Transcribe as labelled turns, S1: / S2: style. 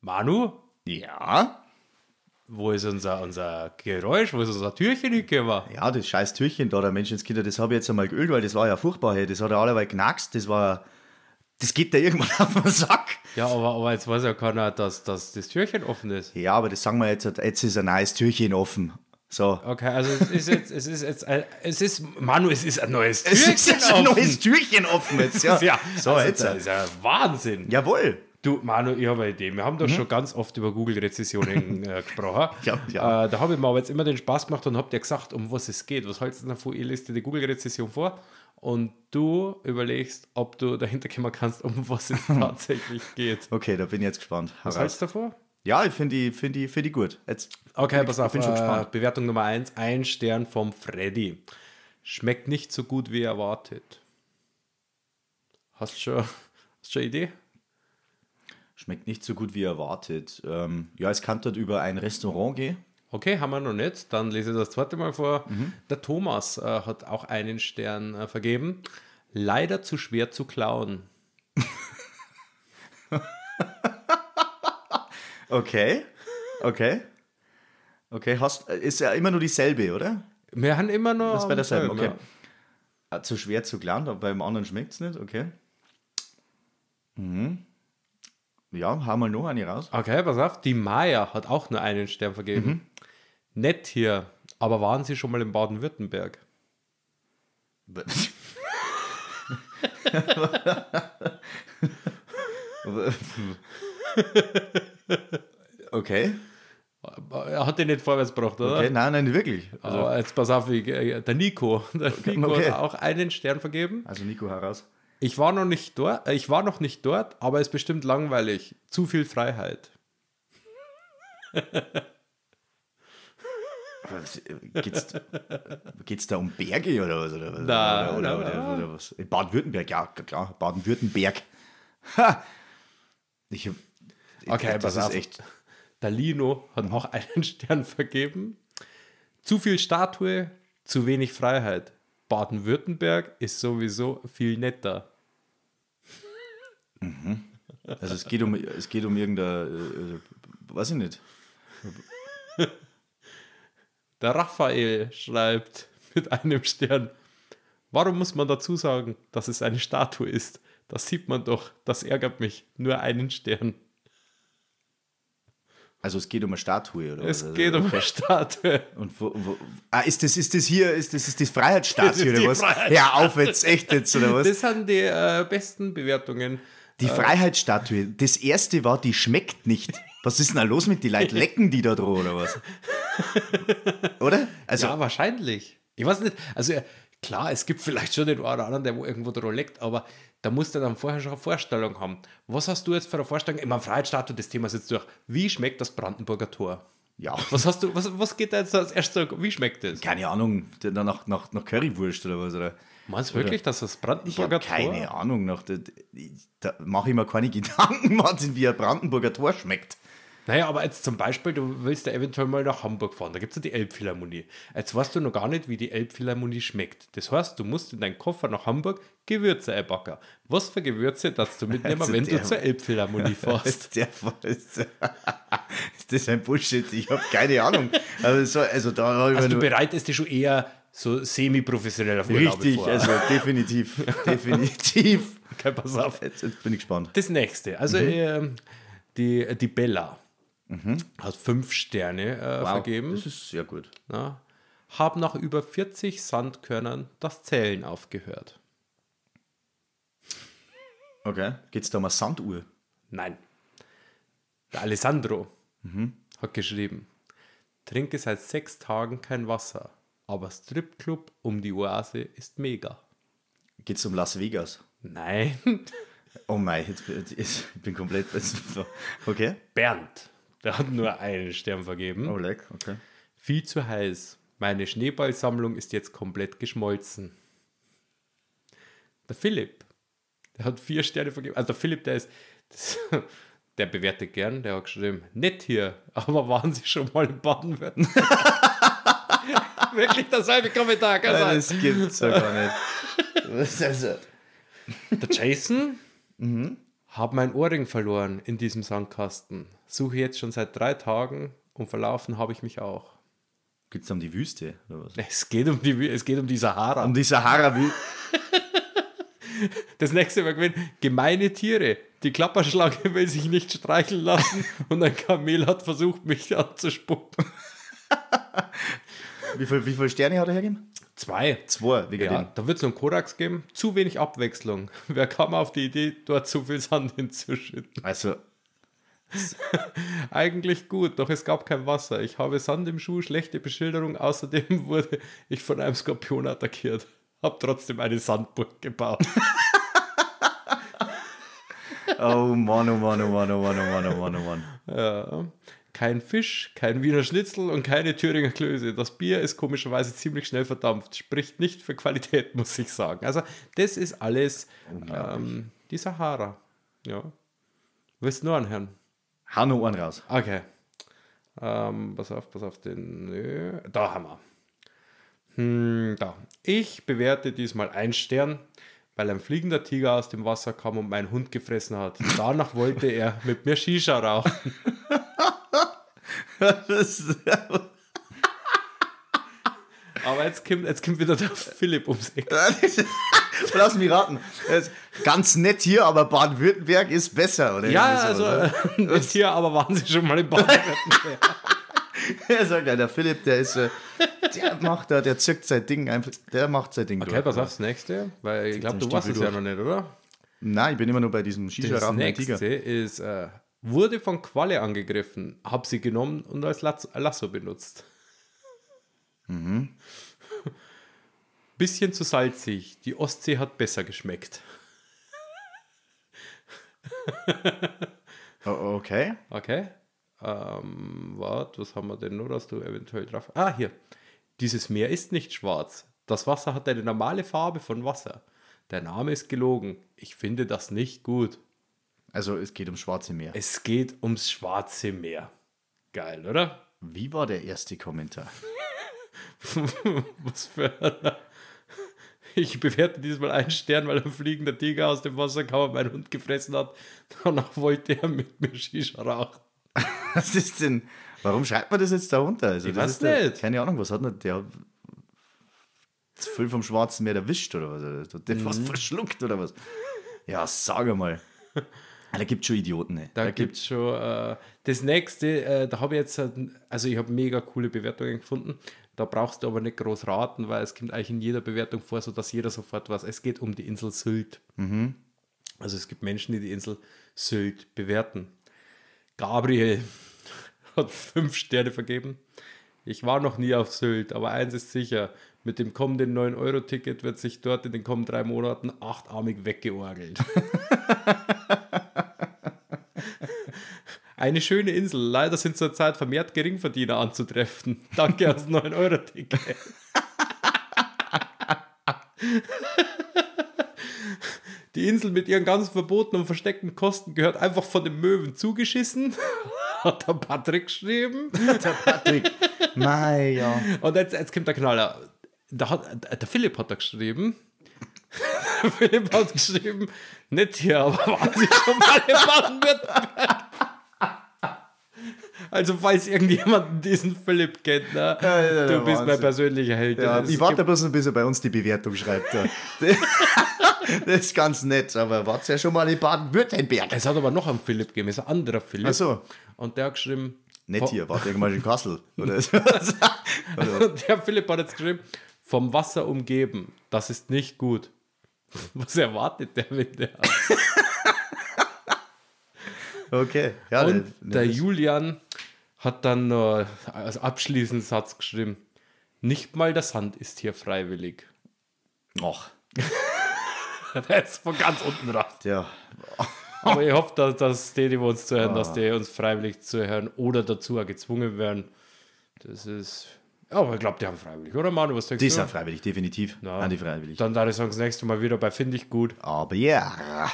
S1: Manu,
S2: Ja.
S1: wo ist unser, unser Geräusch? Wo ist unser Türchen hingekommen?
S2: Ja, das scheiß Türchen da, der Menschenskinder, das habe ich jetzt einmal geölt, weil das war ja furchtbar. Hey. Das hat ja allerweil knackst, das war. Das geht da irgendwann auf den Sack.
S1: Ja, aber, aber jetzt weiß ja keiner, dass, dass das Türchen offen ist.
S2: Ja, aber das sagen wir jetzt, jetzt ist ein neues Türchen offen. So.
S1: Okay, also es ist jetzt, es ist jetzt, ein, es ist, Manu, es ist ein neues
S2: Es
S1: Türchen
S2: ist jetzt ein
S1: offen.
S2: neues Türchen offen jetzt, ja.
S1: Ja,
S2: so,
S1: also
S2: jetzt. äh,
S1: Das ist ja Mhm. Wahnsinn.
S2: Jawohl.
S1: Du, Manu, ich habe eine Idee. Wir haben doch schon ganz oft über Google-Rezessionen äh, gesprochen.
S2: Ja, ja.
S1: Äh, da habe ich mir aber jetzt immer den Spaß gemacht und habe dir gesagt, um was es geht. Was hältst du denn davon? Ich lese dir die Google-Rezession vor und du überlegst, ob du dahinter kommen kannst, um was es tatsächlich geht.
S2: Okay, da bin ich jetzt gespannt.
S1: Was hältst du davon?
S2: Ja, ich finde die, find die, find die gut. Jetzt,
S1: Okay, pass auf.
S2: bin schon
S1: äh,
S2: gespannt.
S1: Bewertung Nummer 1, ein Stern vom Freddy. Schmeckt nicht so gut wie erwartet. Hast schon, hast schon eine Idee?
S2: schmeckt nicht so gut wie erwartet. Ähm, ja, es kann dort über ein Restaurant gehen.
S1: Okay, haben wir noch nicht. Dann lese ich das zweite Mal vor.
S2: Mhm.
S1: Der Thomas äh, hat auch einen Stern äh, vergeben. Leider zu schwer zu klauen.
S2: Okay. Okay. Okay, hast, ist ja immer nur dieselbe, oder?
S1: Wir haben immer noch.
S2: Das bei derselben,
S1: am selben,
S2: okay. Ah, Zu schwer zu klein, aber beim anderen schmeckt es nicht, okay. Mhm. Ja, haben wir noch eine raus.
S1: ja. Okay, pass auf. Die Maya hat auch nur einen Stern vergeben.
S2: Mhm.
S1: Nett hier, aber waren Sie schon mal in Baden-Württemberg?
S2: okay.
S1: Äh, Er hat den nicht vorwärts gebracht, oder?
S2: okay. Nein, nein, wirklich. Also,
S1: Aber Oh, jetzt pass auf, ich, äh, der Nico, der Nico
S2: okay.
S1: hat auch einen Stern vergeben.
S2: also Nico, heraus.
S1: Ich war noch nicht dort, äh, ich war noch nicht dort, aber ist bestimmt langweilig. Zu viel Freiheit.
S2: Geht's, geht's da um Berge oder was? Oder, was?
S1: Na,
S2: oder, oder,
S1: na,
S2: oder,
S1: na.
S2: oder was? In Baden-Württemberg, ja, klar. Baden-Württemberg. Ha! Ich, hab-
S1: Okay,
S2: das
S1: pass auf.
S2: ist echt.
S1: Der Lino hat auch einen Stern vergeben. Zu viel Statue, zu wenig Freiheit. Baden-Württemberg ist sowieso viel netter.
S2: Also es geht um, es geht um irgendein, äh, äh, weiß ich nicht.
S1: Der Raphael schreibt mit einem Stern. Warum muss man dazu sagen, dass es eine Statue ist? Das sieht man doch, das ärgert mich. Nur einen Stern.
S2: Also es geht um eine Statue oder was?
S1: Es
S2: Also-
S1: geht um eine Statue.
S2: Und wo, wo, ah, ist das, ist das hier, ist das, ist das Freiheitsstatue
S1: Das ist die
S2: oder was?
S1: Freiheitsstatue.
S2: Ja, auf jetzt, echt jetzt oder was?
S1: Das sind die äh, besten Bewertungen.
S2: die Freiheitsstatue, das erste war, die schmeckt nicht. Was ist denn da los mit die Leuten? Lecken die da drauf oder was? Oder? Also,
S1: Ja, wahrscheinlich. Ich weiß nicht. Also äh, klar, es gibt vielleicht schon den einen oder anderen, der wo irgendwo dran leckt, aber da musst du dann vorher schon eine Vorstellung haben. Was hast du jetzt für eine Vorstellung? Ich meine, Freiheitsstatue, das Thema ist jetzt durch. Wie schmeckt das Brandenburger Tor?
S2: ja,
S1: Was hast du, was, was geht da jetzt als erstes? Wie schmeckt das?
S2: keine Ahnung, dann nach, nach, nach Currywurst oder was? Oder?
S1: Meinst du wirklich, dass das
S2: Ich habe
S1: Brandenburger
S2: keine
S1: Tor?
S2: Ahnung, nach, der- da mache ich mir keine Gedanken, Martin, wie ein Brandenburger Tor schmeckt.
S1: Naja, aber jetzt zum Beispiel, du willst ja eventuell mal nach Hamburg fahren, da gibt es ja die Elbphilharmonie. Jetzt weißt du noch gar nicht, wie die Elbphilharmonie schmeckt. Das heißt, du musst in deinen Koffer nach Hamburg Gewürze einpacken. Was für Gewürze darfst du mitnehmen,
S2: Also
S1: wenn du
S2: der-
S1: zur Elbphilharmonie fährst?
S2: Ist, der, ist, ist das ein Bullshit? Ich habe keine Ahnung. Also, so- also da hab ich mir
S1: Also du
S2: nur-
S1: bereitest dich schon eher so semi-professionell auf Urlaube
S2: Richtig,
S1: vor.
S2: also definitiv. definitiv.
S1: Okay, pass auf.
S2: Jetzt, jetzt bin ich gespannt.
S1: Das nächste, also
S2: Mhm.
S1: ähm, die, die Bella hat fünf Sterne äh, vergeben.
S2: Das ist sehr gut.
S1: Na, hab nach über 40 Sandkörnern das Zählen aufgehört.
S2: Okay. Geht es da um eine Sanduhr?
S1: Nein. Der Alessandro hat geschrieben: Trinke seit sechs Tagen kein Wasser, aber Stripclub um die Oase ist mega.
S2: Geht es um Las Vegas?
S1: Nein.
S2: Oh mein, jetzt, jetzt, jetzt, ich bin komplett. Okay.
S1: Bernd, der hat nur einen Stern vergeben.
S2: Oh, leck. Okay.
S1: Viel zu heiß. Meine Schneeballsammlung ist jetzt komplett geschmolzen. Der Philipp, der hat vier Sterne vergeben. Also der Philipp, der ist, das, der bewertet gern, der hat geschrieben, nett hier, aber waren Sie schon mal in Baden-Württemberg? Wirklich derselbe Kommentar. Kann sein.
S2: Das gibt's ja gar nicht. Was ist das?
S1: Der Jason Hab mein Ohrring verloren in diesem Sandkasten. Suche jetzt schon seit drei Tagen und verlaufen habe ich mich auch.
S2: Geht's um die Wüste oder was?
S1: Es geht um die, Wü- es geht um die Sahara.
S2: Um die Sahara wie
S1: Das nächste Mal gewinnt gemeine Tiere. Die Klapperschlange will sich nicht streicheln lassen und ein Kamel hat versucht, mich anzuspucken.
S2: wie viel, wie viel Sterne hat er hergegeben?
S1: Zwei.
S2: Zwei wegen
S1: Ja,
S2: dem.
S1: da wird es einen Korax geben. Zu wenig Abwechslung. Wer kam auf die Idee, dort zu viel Sand hinzuschütten?
S2: Also
S1: Eigentlich gut, doch es gab kein Wasser. Ich habe Sand im Schuh, schlechte Beschilderung. Außerdem wurde ich von einem Skorpion attackiert. Hab trotzdem eine Sandburg gebaut.
S2: Oh Mann, oh Mann, oh Mann, oh Mann, oh Mann, oh Mann, oh Mann.
S1: Ja. Äh, Kein Fisch, kein Wiener Schnitzel und keine Thüringer Klöße. Das Bier ist komischerweise ziemlich schnell verdampft. Spricht nicht für Qualität, muss ich sagen. Also, das ist alles ähm, die Sahara. Ja. Willst du nur anhören?
S2: Hau noch einen raus.
S1: Okay. Ähm, pass auf, pass auf den. nö, Da haben wir. Hm, da. Ich bewerte diesmal einen Stern, weil ein fliegender Tiger aus dem Wasser kam und meinen Hund gefressen hat. Danach wollte er mit mir Shisha rauchen.
S2: Das-
S1: Aber jetzt kommt, jetzt kommt wieder der
S2: Äh,
S1: Philipp ums Eck.
S2: Lass mich raten. Das ist Ganz nett hier, aber Baden-Württemberg ist ne? besser, oder?
S1: Ja,
S2: Irgendwie
S1: also
S2: sowas, oder?
S1: äh, ist hier, aber waren Sie schon mal im Baden?
S2: Er sagt, ja, der Philipp, der ist, äh, der macht da, der zückt sein Ding einfach, der macht sein Ding
S1: okay, pass auf, das nächste, weil ich glaube, du warst es ja noch nicht, oder?
S2: Nein, ich bin immer nur bei diesem shisha
S1: Das
S2: rauchenden
S1: nächste
S2: Tiger.
S1: ist, äh, wurde von Qualle angegriffen, hab sie genommen und als Lazo, Lasso benutzt.
S2: Mhm.
S1: Bisschen zu salzig, die Ostsee hat besser geschmeckt.
S2: Oh, okay.
S1: Okay. Ähm, warte, was haben wir denn nur, dass du eventuell drauf. Ah, hier. Dieses Meer ist nicht schwarz. Das Wasser hat eine normale Farbe von Wasser. Der Name ist gelogen. Ich finde das nicht gut.
S2: Also, es geht um Schwarze Meer.
S1: Es geht ums Schwarze Meer. Geil, oder?
S2: Wie war der erste Kommentar?
S1: Was für. Ich bewerte diesmal einen Stern, weil ein fliegender Tiger aus dem Wasser kam und meinen Hund gefressen hat. Danach wollte er mit mir Shisha rauchen.
S2: Was ist denn, warum schreibt man das jetzt da runter? Also,
S1: Ich
S2: das
S1: weiß
S2: ist der,
S1: nicht.
S2: Keine Ahnung, was hat denn der? Zu viel vom Schwarzen Meer erwischt oder was? Oder Hat
S1: Mhm.
S2: der was verschluckt oder was? Ja, sag mal. Ah, Da gibt es schon Idioten, ne?
S1: Da gibt es schon äh, das nächste, äh, da habe ich jetzt, äh, also ich habe mega coole Bewertungen gefunden. Da brauchst du aber nicht groß raten, weil es kommt eigentlich in jeder Bewertung vor, sodass jeder sofort weiß. Es geht um die Insel Sylt. Also es gibt Menschen, die die Insel Sylt bewerten. Gabriel hat fünf Sterne vergeben. Ich war noch nie auf Sylt, aber eins ist sicher: mit dem kommenden 9-Euro-Ticket wird sich dort in den kommenden drei Monaten achtarmig weggeorgelt. Eine schöne Insel. Leider sind zurzeit vermehrt Geringverdiener anzutreffen. Danke ans 9-Euro-Ticket. Die Insel mit ihren ganzen Verboten und versteckten Kosten gehört einfach von den Möwen zugeschissen, hat der Patrick geschrieben.
S2: Der Patrick. Mei, ja.
S1: Und jetzt, jetzt kommt der Knaller. Da hat, der Philipp hat da geschrieben. Der Philipp hat geschrieben, nicht hier, aber waren Sie schon mal in Baden-Württemberg? Also, falls irgendjemand diesen Philipp kennt, ne?
S2: Ja, ja, ja,
S1: du bist mein
S2: Wahnsinn.
S1: persönlicher Held.
S2: Ja,
S1: Also, Das
S2: ich warte bloß noch, bis er bei uns die Bewertung schreibt. Ja. Das ist ganz nett, aber wart's ja schon mal in Baden-Württemberg.
S1: Es hat aber noch einen Philipp gegeben, es ist ein anderer Philipp.
S2: Ach so.
S1: Und der hat geschrieben.
S2: Nett
S1: "Vo-
S2: hier, warte irgendwann in Kassel. Oder so. Oder
S1: Der Philipp hat jetzt geschrieben, vom Wasser umgeben, das ist nicht gut. Was erwartet der, wenn der
S2: was. okay. Ja,
S1: Und
S2: ne-
S1: der Julian hat dann noch als abschließenden Satz geschrieben: Nicht mal der Sand ist hier freiwillig.
S2: Och,
S1: Der ist von ganz unten raus.
S2: der.
S1: Aber ich hoffe, dass, dass die, die uns zuhören,
S2: Ah.
S1: dass die uns freiwillig zuhören oder dazu auch gezwungen werden. Das ist. Ja, aber ich glaube, die haben freiwillig, oder Manu? Was denkst
S2: Die ist
S1: du?
S2: ja freiwillig, definitiv. Ja.
S1: Ja.
S2: An die freiwillig.
S1: Dann darf ich sagen, das nächste Mal wieder bei Finde ich gut.
S2: Aber ja.